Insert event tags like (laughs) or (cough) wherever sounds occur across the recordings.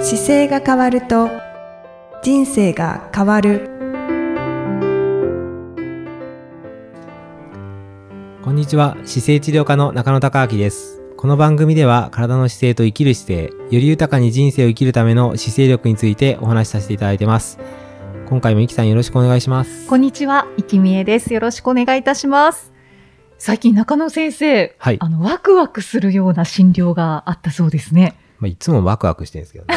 姿勢が変わると人生が変わるこんにちは姿勢治療科の中野孝明ですこの番組では体の姿勢と生きる姿勢より豊かに人生を生きるための姿勢力についてお話しさせていただいてます今回もいきさんよろしくお願いしますこんにちは、いきみえです。よろしくお願いいたします。最近中野先生、はいあのワクワクするような診療があったそうですね。まあ、いつもワクワクしてるんですけどね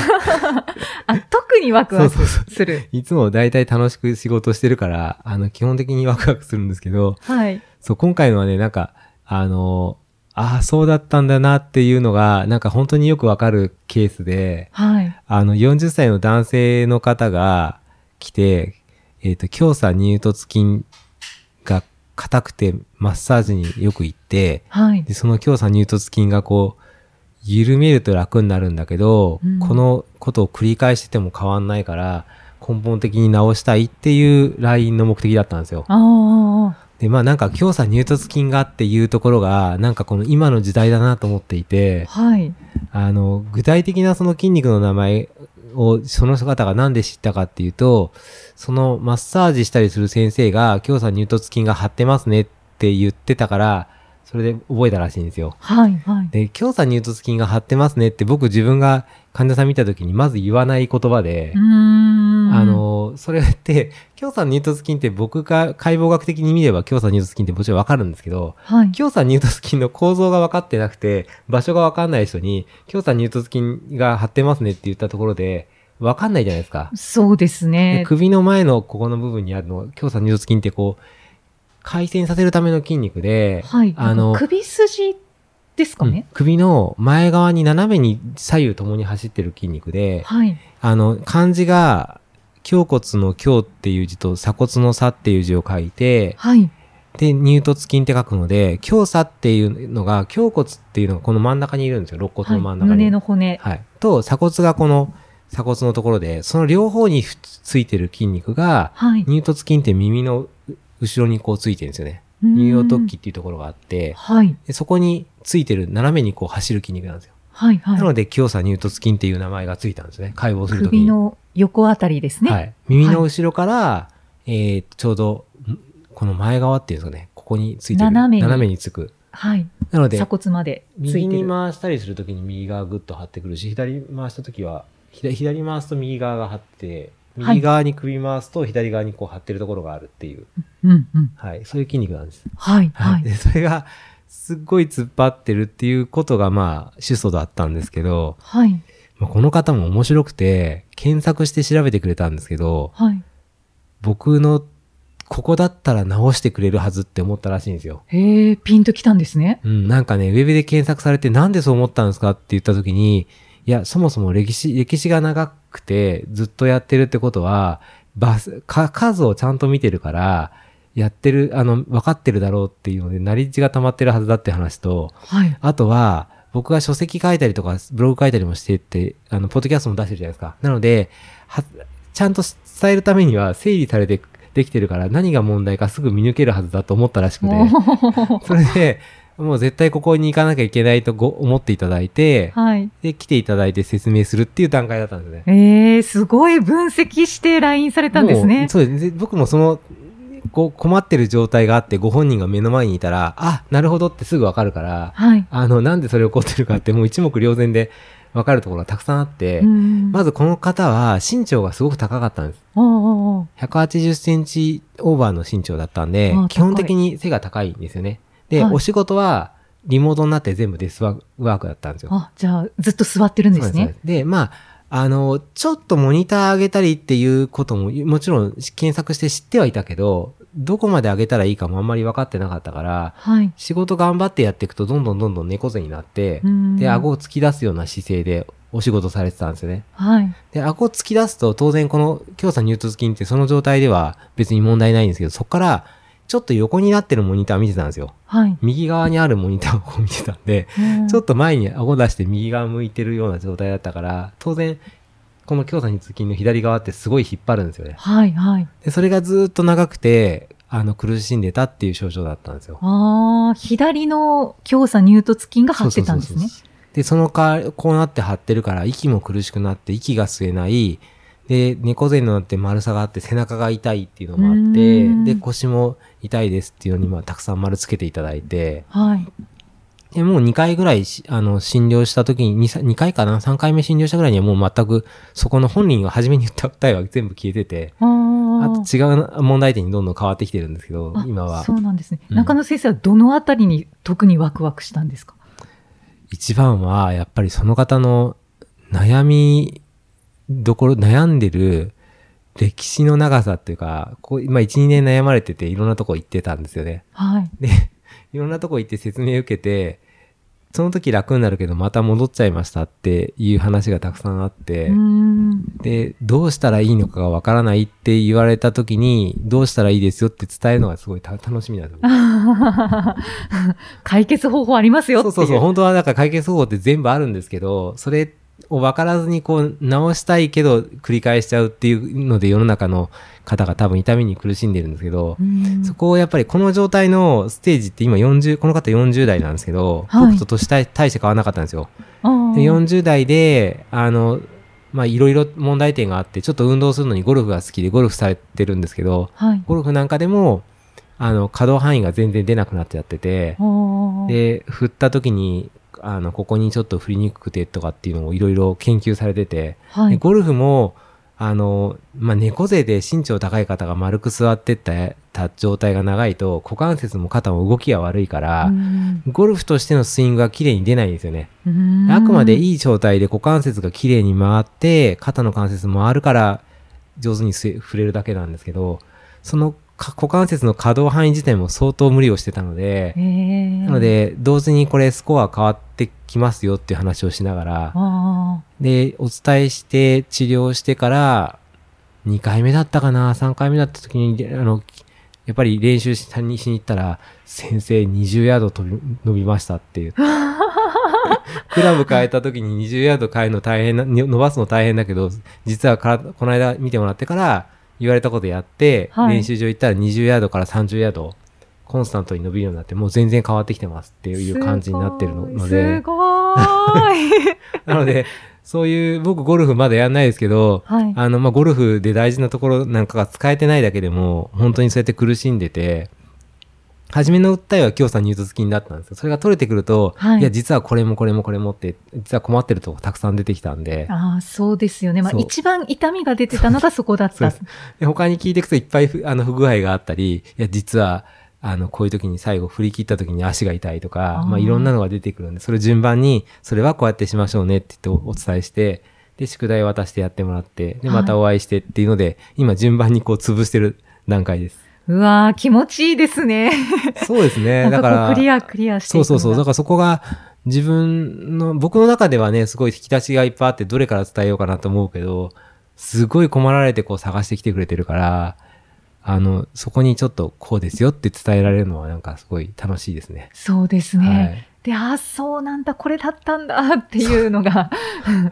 あ、特にワクそうワクそうそうする。いつも大体楽しく仕事してるからあの基本的にワクワクするんですけどはい。そう今回のはねなんかあのああそうだったんだなっていうのがなんか本当によくわかるケースではい。あの、40歳の男性の方が来て、えっ、と、強鎖乳突筋が硬くてマッサージによく行って、はい。で、その強鎖乳突筋がこう、緩めると楽になるんだけど、うんこのことを繰り返してても変わんないから、根本的に直したいっていうラインの目的だったんですよ。ああ、で、まあなんか強鎖乳突筋がっていうところが、なんかこの今の時代だなと思っていて、はい。あの、具体的なその筋肉の名前をその方がなんで知ったかっていうと、そのマッサージしたりする先生が、今日さん乳突筋が張ってますねって言ってたから、それで覚えたらしいんですよ。はい。はい。で、今日さん乳突筋が張ってますねって僕自分が患者さん見た時にまず言わない言葉でうー、ん。あ、の、それって、今日さん乳突筋って僕が解剖学的に見れば今日さん乳突筋ってもちろんわかるんですけど、はい。強酸乳突筋の構造が分かってなくて、場所が分かんない人に、強酸乳突筋が張ってますねって言ったところで、分かんないじゃないですか。そうですでね。首の前のここの部分にあるの、強酸乳突筋ってこう、回転させるための筋肉で、はい。あの、首筋ですかうんね。首の前側に斜めに左右ともに走ってる筋肉で、はい。あの、漢字が、胸骨の胸っていう字と鎖骨の差っていう字を書いて、はい。で、乳突筋って書くので、胸鎖っていうのが、胸骨っていうのがこの真ん中にいるんですよ。肋骨はいの真ん中に。胸の骨。はい。と、鎖骨がこの鎖骨のところで、その両方にふついてる筋肉が、はい。乳突筋って耳のう後ろにこうついてるんですよね。乳入葉突起っていうところがあって、はい。でそこについてる斜めにこう走る筋肉なんですよ。はい。はい。なので、強さ乳突筋っていう名前がついたんですね。解剖するときに。首の横あたりですね。はい。耳の後ろから、えーちょうど、んこの前側っていうんですかね、ここについてる。斜めにつく。はい。なので鎖、骨までつ右いてにる。回したりするときに右側がぐっと張ってくるし、左回したときは、左左回すと右側が張って、はい右側に首回すと左側にこう張ってるところがあるっていう、うんうん。はい、そういう筋肉なんです。はい、は。はいい。で、それが、すっごい突っ張ってるっていうことが、まあ、主訴だったんですけど、はい。まあ、この方も面白くて、検索して調べてくれたんですけど、はい。僕のここだったら直してくれるはずって思ったらしいんですよ。へえ、ピンときたんですね。うん、なんかね、ウェブで検索されてなんでそう思ったんですかって言った時に、いや、そもそも歴史、歴史が長くてずっとやってるってことは、バス、か、数をちゃんと見てるから、やってる、あの、分かってるだろうっていうので、成り血が溜まってるはずだって話と、はい。あとは、僕が書籍書いたりとか、ブログ書いたりもしてって、あの、ポッドキャストも出してるじゃないですか。なので、は、ちゃんと伝えるためには整理されてできてるから、何が問題かすぐ見抜けるはずだと思ったらしくて、おーそれで、もう絶対ここに行かなきゃいけないとご思っていただいて、はい。で、来ていただいて説明するっていう段階だったんですね。えー、すごい分析して来院されたんですもうね。そうですで僕もその、こ困ってる状態があって、ご本人が目の前にいたら、あ、なるほどってすぐわかるから、はい。あの、なんでそれ起こってるかって、もう一目瞭然で分かるところがたくさんあって、うんまずこの方は身長がすごく高かったんです。おーおーおー180センチオーバーの身長だったんでああ、基本的に背が高いんですよね。で、はいお仕事はリモートになって全部デスワークだったんですよ。あ、じゃあ、ずっと座ってるんですそうね。で、まあ、あの、ちょっとモニター上げたりっていうことも、もちろん検索して知ってはいたけど、どこまで上げたらいいかもあんまり分かってなかったから、はい。仕事頑張ってやっていくとどんどんどんどん猫背になって、で、顎を。を突き出すような姿勢でお仕事されてたんですよね。はい。で、顎を突き出すと当然この強さ乳突筋ってその状態では別に問題ないんですけど、そこからちょっと横になってるモニター見てたんですよ。はい。右側にあるモニターをこう見てたんで、ちょっと。と前に顎出して右側向いてるような状態だったから、当然この強さ乳突筋の左側ってすごい引っ張るんですよね。はい、はい。で、それがずーっと長くて、あの苦しんでたっていう症状だったんですよ。ああ、左の強鎖乳突筋が張ってたんですねそう。そうそうそうで、その代わり、こうなって張ってるから、息も苦しくなって、息が吸えない。で、猫背になって丸さがあって、背中が痛いっていうのもあうーんって、で、腰も痛いですっていうのに、まあ、たくさん丸つけていただいて、はい。で、もう2回ぐらいし、あの、診療した時に2、2回かな ?3 回目診療したぐらいにはもう全く、そこの本人が初めに言った答えは全部消えてて、ああーと違う問題点にどんどん変わってきてるんですけどあ、今はそ。うなんですね。うん中野先生はどのあたりに特にワクワクしたんですか一番は、やっぱりその方の悩みどころ、悩んでる歴史の長さっていうか、こう今1、2年悩まれてていろんなとこ行ってたんですよね。はい。いろんなとこ行って説明受けて、その時楽になるけどまた戻っちゃいましたっていう話がたくさんあって、うーん。 (laughs) で、どうしたらいいのかがわからないって言われた時に、どうしたらいいですよって伝えるのがすごいた楽しみなんですよ。解決方法ありますよってそいうそうそう、本当はなんか解決方法って全部あるんですけど、それを分からずにこう直したいけど繰り返しちゃうっていうので世の中の方が多分痛みに苦しんでるんですけど、うんそこをやっぱりこの状態のステージって今40、この方40代なんですけど、はい僕と年大大して変わらなかったんですよ。あーで40代で、あの、まあいろいろ問題点があって、ちょっと運動するのにゴルフが好きでゴルフされてるんですけど、はい。ゴルフなんかでも、あの、可動範囲が全然出なくなっちゃってて、あーで、振った時に、あの、ここにちょっと振りにくくてとかっていうのをいろいろ研究されてて、はでい。ゴルフも、あの、まあ、猫背で身長高い方が丸く座ってったた状態が長いと、股関節も肩も動きが悪いから、ゴルフとしてのスイングが綺麗に出ないんですよね。あくまでい。いい状態で股関節が綺麗に回って、肩の関節もあるから上手にす触れるだけなんですけど、そのか股関節の可動範囲自体も相当無理をしてたので、えーなの、で、同時にこれスコア変わってきますよっていう話をしながら、あで、お伝えして治療してから、2回目だったかな、3回目だった時に、であの、やっぱり練習しにしに行ったら、先生20ヤード飛び伸びました (laughs) っていう。クラブ変えた時に20ヤード変えるの大変な、に伸ばすの大変だけど、実はからこの間見てもらってから、言われたことやって、はい練習場行ったら20ヤードから30ヤード、コンスタントに伸びるようになって、もう全然変わってきてますってーいう感じになってるののすで。 (laughs) ごーい。なので、そういう、僕ゴルフまだやんないですけど、はい。あの、まあ、ゴルフで大事なところなんかが使えてないだけでも、本当にそうやって苦しんでて、初めの訴えは京さんに言うと好きになったんですよ。それが取れてくると、はいいや、実はこれもこれもこれもって、実は困ってるとこたくさん出てきたんで、ああ、そうですよね。まあ、そう一番痛みが出てたのがそこだっそうでた。すで他に聞いていくといっぱいふあの不具合があったり、いや、実は、あの、こういう時に最後振り切った時に足が痛いとか、あーまあ、いろんなのが出てくるんで、それ順番に、それはこうやってしましょうねって言っておお伝えして、で、宿題渡してやってもらって、で、またお会いしてっていうので、今順番にこう潰してる段階です。うわー気持ちいいですね。 (laughs) そうですね。なだんか、からこうクリアクリアしてそいうくのそうそがう。だからそこが自分の、僕の中ではね、すごい引き出しがいっぱいあって、どれから伝えようかなと思うけど、すごい困られてこう探してきてくれてるから、あの、そこにちょっとこうですよって伝えられるのはなんかすごい楽しいですね。そうですね。はい。で、ああ、そうなんだ、これだったんだっていうのが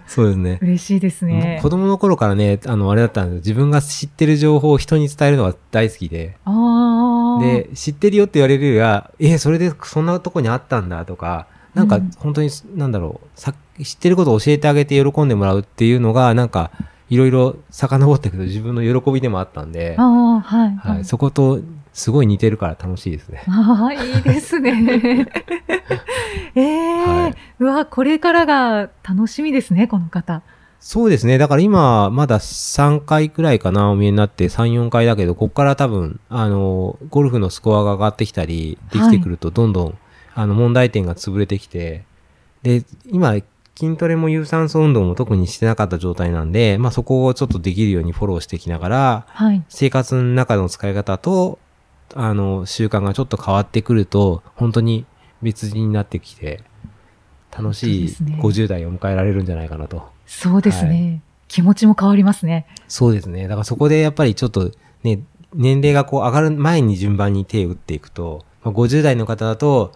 そうですね。嬉しいですね。子供の頃からね、あの、あれだったんですよ。自分が知ってる情報を人に伝えるのが大好きで。ああ。で、知ってるよって言われるよりは、えーそれでそんなとこにあったんだとか、なんうかん本当に、なんだろう、さ知ってることを教えてあげて喜んでもらうっていうのが、なんか、いろいろ遡っていくと自分の喜びでもあったんで、ああ、はい。はい、そことすごい似てるから楽しいですね。ああ、いいで (laughs) すね。ええはいうわ、これからが楽しみですね、この方。そうですね。だから今、まだ3回くらいかな、お見えになって、3、4回だけど、こっから多分、あの、ゴルフのスコアが上がってきたり、できてくると、どんどん、あの、問題点が潰れてきて、で、今、筋トレも有酸素運動も特にしてなかった状態なんで、まあそこをちょっとできるようにフォローしていきながら、はい。生活の中の使い方と、あの、習慣がちょっと変わってくると、本当に別人になってきて、楽しい本当ですね50代を迎えられるんじゃないかなと。そうですね。は気持ちも変わりますね。そうですね。だからそこでやっぱりちょっとね、年齢がこう上がる前に順番に手を打っていくと、まあ、50代の方だと、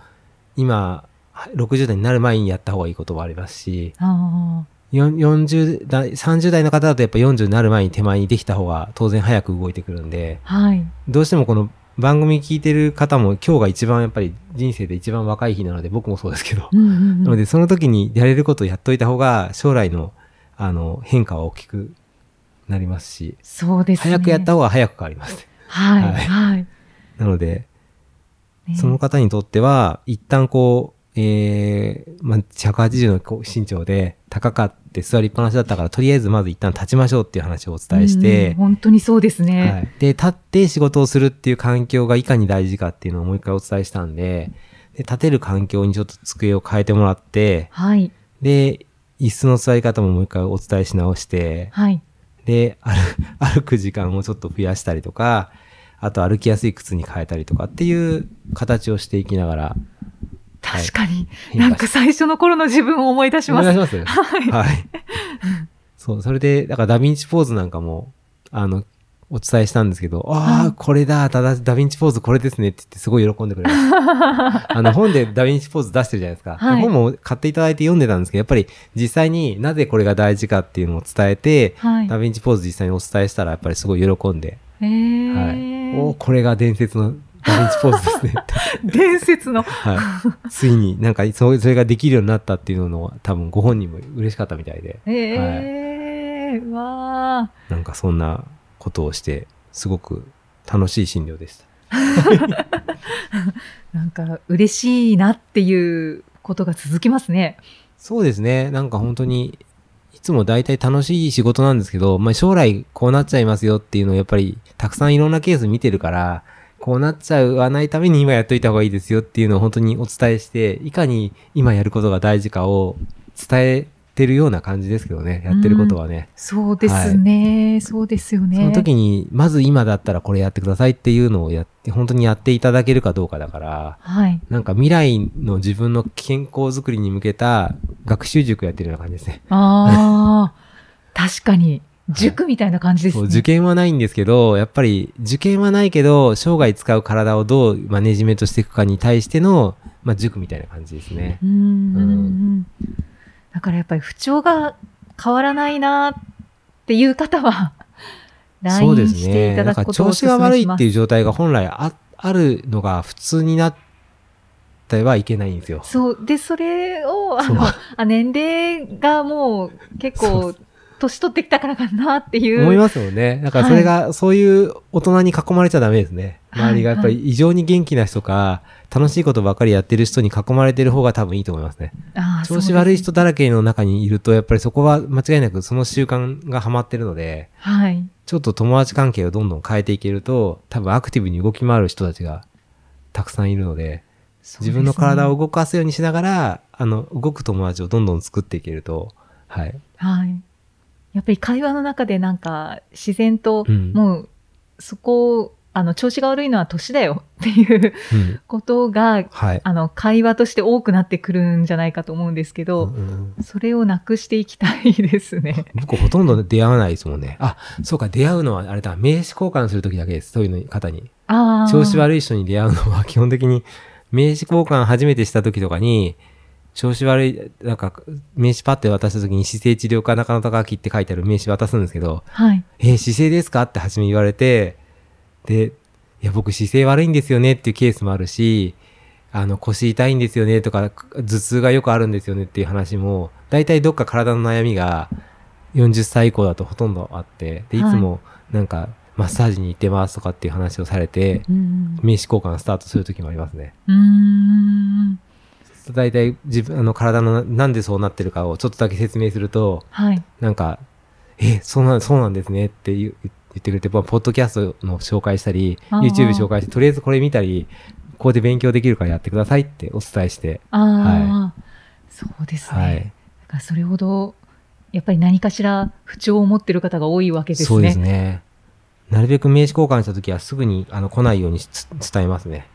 今、は60代になる前にやった方がいいこともありますし、あよん40代、30代の方だとやっぱ40になる前に手前にできた方が当然早く動いてくるんで、あ、はい。どうしてもこの番組聞いてる方も今日が一番やっぱり人生で一番若い日なので僕もそうですけど、うんうんなうのんでその時にやれることをやっといた方が将来のあの変化は大きくなりますしそうですね。早くやった方が早く変わります。はい。はいはい。なのでねその方にとっては、一旦こう、えー、まあ、180のこう身長で高かって座りっぱなしだったから、とりあえずまず一旦立ちましょうっていう話をお伝えしうんうんて、本当にそうですね。はい、で、立って仕事をするっていう環境がいかに大事かっていうのをもう一回お伝えしたんで、で立てる環境にちょっと机を変えてもらって、はい。で、椅子の座り方ももう一回お伝えし直して、はい。で、歩 (laughs) 歩く時間をちょっと増やしたりとか、あと歩きやすい靴に変えたりとかっていう形をしていきながら、はい確かに、変化なんか最初の頃の自分を思い出しまおす。願いします。はい。はい。そう、それで、だからダヴィンチポーズなんかも、あの、お伝えしたんですけど、あはあ、これだ、ただ、ダヴィンチポーズこれですねって言って、すごい喜んでくれました。 (laughs) あの、本でダヴィンチポーズ出してるじゃないですか。はい本も買っていただいて読んでたんですけど、やっぱり実際になぜこれが大事かっていうのを伝えて、はいダヴィンチポーズ実際にお伝えしたら、やっぱりすごい喜んで、えはい。ーおーこれが伝説のダヴィンチポーズですねって。伝説の。 (laughs) はい、ついになんかそうそれができるようになったっていうのを多分ご本人も嬉しかったみたいでえーわあ。なんかそんなことをしてすごく楽しい診療でした。なんか嬉しいなっていうことが続きますね。そうですねなんか本当にいつも大体楽しい仕事なんですけど、まあ、将来こうなっちゃいますよっていうのをやっぱりたくさんいろんなケース見てるからこうなっちゃわないために今やっといた方がいいですよっていうのを本当にお伝えしていかに今やることが大事かを伝えてるような感じですけどねやってることはね。そうですね。そうですよね。その時に、まず今だったらこれやってくださいっていうのをやって、本当にやっていただけるかどうかだから、はい。なんか未来の自分の健康づくりに向けた学習塾やってるような感じですね。ああ。確かに。塾みたいな感じですそね。う受験はないんですけど、やっぱり受験はないけど、生涯使う体をどうマネジメントしていくかに対しての、まあ塾みたいな感じですね。うんうんうん。だからやっぱり不調が変わらないなっていう (laughs) 方は、そうで LINE すしていね。なたんだくかことを調お子が悪いっていうう状態が本来ああるのが普通になってはいけないんですよ。そう。で、それを、あそうの、あ年齢がもう結そ構、年取ってきたからかなっていう。思いますよね。だからそれが、そういう大人に囲まれちゃダメですね。はい周りがやっぱり異常に元気な人か、楽しいことばかりやってる人に囲まれてる方が多分いいと思いますね。あー調子悪い。そうです人だらけの中にいると、やっぱりそこは間違いなくその習慣がハマってるので、はい。ちょっと友達関係をどんどん変えていけると、多分アクティブに動き回る人たちがたくさんいるので、自分の体を。を動かすようにしながら、あの、動く友達をどんどん作っていけると、はい。はい。やっぱり会話の中でなんか、自然と、うんもう、そこを、あの、調子が悪いのは年だよっていううん。ことが、はい。あの、会話として多くなってくるんじゃないかと思うんですけど、うんうんそれをなくしていきたいで (laughs) すね。僕ほとんど出会わないですもんね。あ、そうか、出会うのはあれだ、名刺交換するときだけです。そういうのに方に。ああ。調子悪い人に出会うのは基本的に (laughs) 名刺交換初めてしたときとかに、調子悪い、なんか、名刺パッて渡したときに姿勢治療科中野隆明って書いてある名刺渡すんですけど、はい。えー姿勢ですかって初め言われて、で、いや、僕姿勢悪いんですよねっていうケースもあるし、あの、腰痛いんですよねとか、頭痛がよくあるんですよねっていう話も、大体どっか体の悩みが40歳以降だとほとんどあって、で、いつはいもなんか、マッサージに行ってますとかっていう話をされて、うん。名刺交換スタートする時もありますね。うーん。大体自分、あの、体のなんでそうなってるかをちょっとだけ説明すると、はい。なんか、え、そうなん、そうなんですねって言う言ってくれて、まあポッドキャストの紹介したり、あー YouTube 紹介して、とりあえずこれ見たり、こうで勉強できるからやってくださいってお伝えして、ああ、そうですね。はい。だからそれほど、やっぱり何かしら不調を持ってる方が多いわけですね。そうですね。なるべく名刺交換したときはすぐにあの来ないようにつ伝えますね。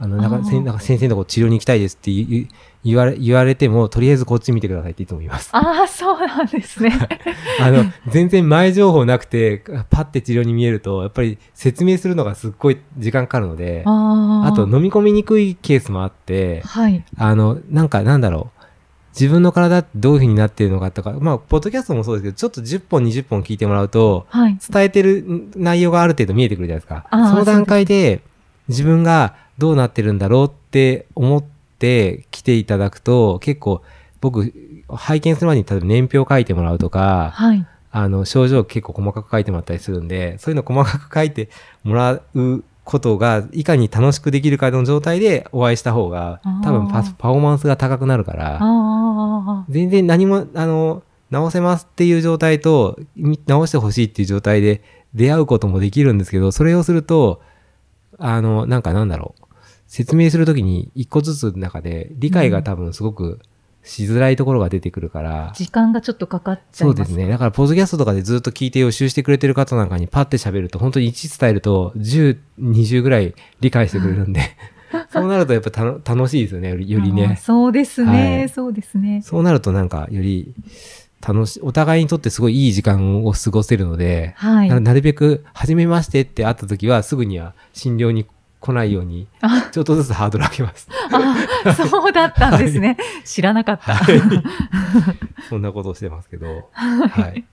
あの、なんあーかせんなんか先生のとこ治療に行きたいですって言う言われ言われても、とりあえずこっち見てくださいっていつも言います。ああ、そうなんですね。あの、全然前情報なくて、パッて治療に見えると、やっぱり説明するのがすっごい時間かかるので、ああ。あと、飲み込みにくいケースもあって、はい。あの、なんかなんだろう。自分の体ってどういう風になってるのかとか、まあ、ポッドキャストもそうですけど、ちょっと10本、20本聞いてもらうと、はい。伝えてるん内容がある程度見えてくるじゃないですかあー。その段階で、自分がどうなってるんだろうって思って来ていただくと、結構僕、拝見する前に例えば年表書いてもらうとか、はい。あの、症状結構細かく書いてもらったりするんで、そういうの細かく書いてもらうことが、いかに楽しくできるかの状態でお会いした方があー、多分パスパフォーマンスが高くなるかあら、あ。全然何も、あの、直せますっていう状態と、み直してほしいっていう状態で出会うこともできるんですけど、それをすると、あの、なんかなんだろう。説明するときに一個ずつの中で理解が多分すごくしづらいところが出てくるから、時間がちょっとかかっちゃそういますですね。だから、ポッドキャストとかでずっと聞いて予習してくれてる方なんかにパッて喋ると、本当に1伝えると、10、20ぐらい理解してくれるん (laughs) で、そうなるとやっぱたの楽しいですよね、よりよりあーね。そうですね、はいそうですね。そうなるとなんか、より楽しい、お互いにとってすごいいい時間を過ごせるので、はい。ななるべく、初めましてって会った時は、すぐには診療に来ないように、あちょっとずつハードル上げます。あ、そうだったんですね。知らなかった。そんなことをしてますけど。はい。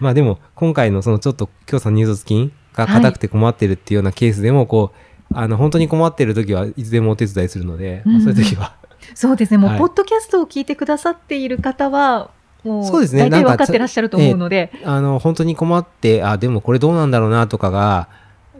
まあでも、今回のそのちょっと、今日さん入札金が硬くて困ってるっていうようなケースでも、こう、あの、本当に困ってる時はいつでもお手伝いするので、まあうんそういう時は。そうですね。もう、はいポッドキャストを聞いてくださっている方は、もう、そうですね大なん体分かかってらっしゃると思うので、あの、本当に困って、あ、でもこれどうなんだろうなとかが、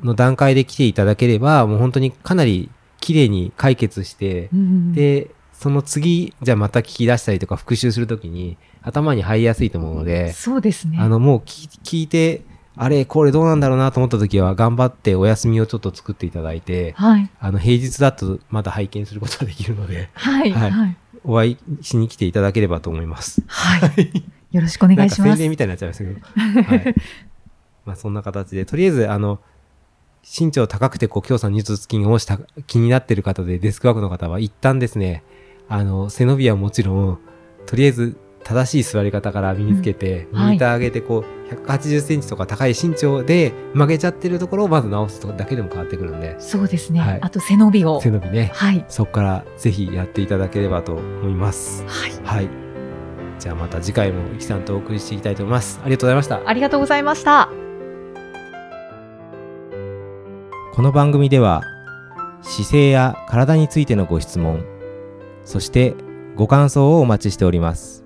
の段階で来ていただければ、もう本当にかなり綺麗に解決して、うんで、その次、じゃあまた聞き出したりとか復習するときに、頭に入りやすいと思うので、そうですね。あの、もう聞聞いて、あれ、これどうなんだろうなと思った時は、頑張ってお休みをちょっと作っていただいて、はい。あの、平日だとまだ拝見することができるので、はい。はいはい。お会いしに来ていただければと思います。はい。よろしくお願いしなんまか宣す。伝みたいになっちゃいましたけど。はい。まあ、そんな形で、とりあえず、あの、身長高くて、こう、強さ入術筋をした、気になってる方で、デスクワークの方は、一旦ですね、あの、背伸びはもちろん、とりあえず、正しい座り方から身につけて、うんはいモニター上げて、こう、180センチとか高い身長で曲げちゃってるところをまず直すだけでも変わってくるんで、そうですね。はいあと、背伸びを。背伸びね、はい。そこからぜひやっていただければと思います。はい。はい。じゃあまた次回も、いきさんとお送りしていきたいと思います。ありがとうございました。ありがとうございました。この番組では姿勢や体についてのご質問そしてご感想をお待ちしております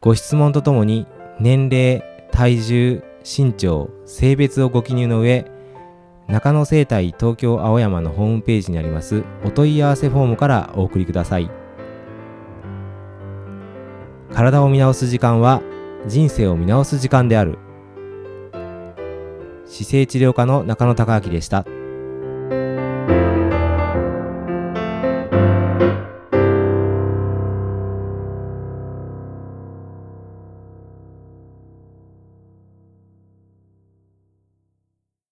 ご質問とともに年齢体重身長性別をご記入の上中野生態東京青山のホームページにありますお問い合わせフォームからお送りください体を見直す時間は人生を見直す時間である姿勢治療科の中野孝明でした。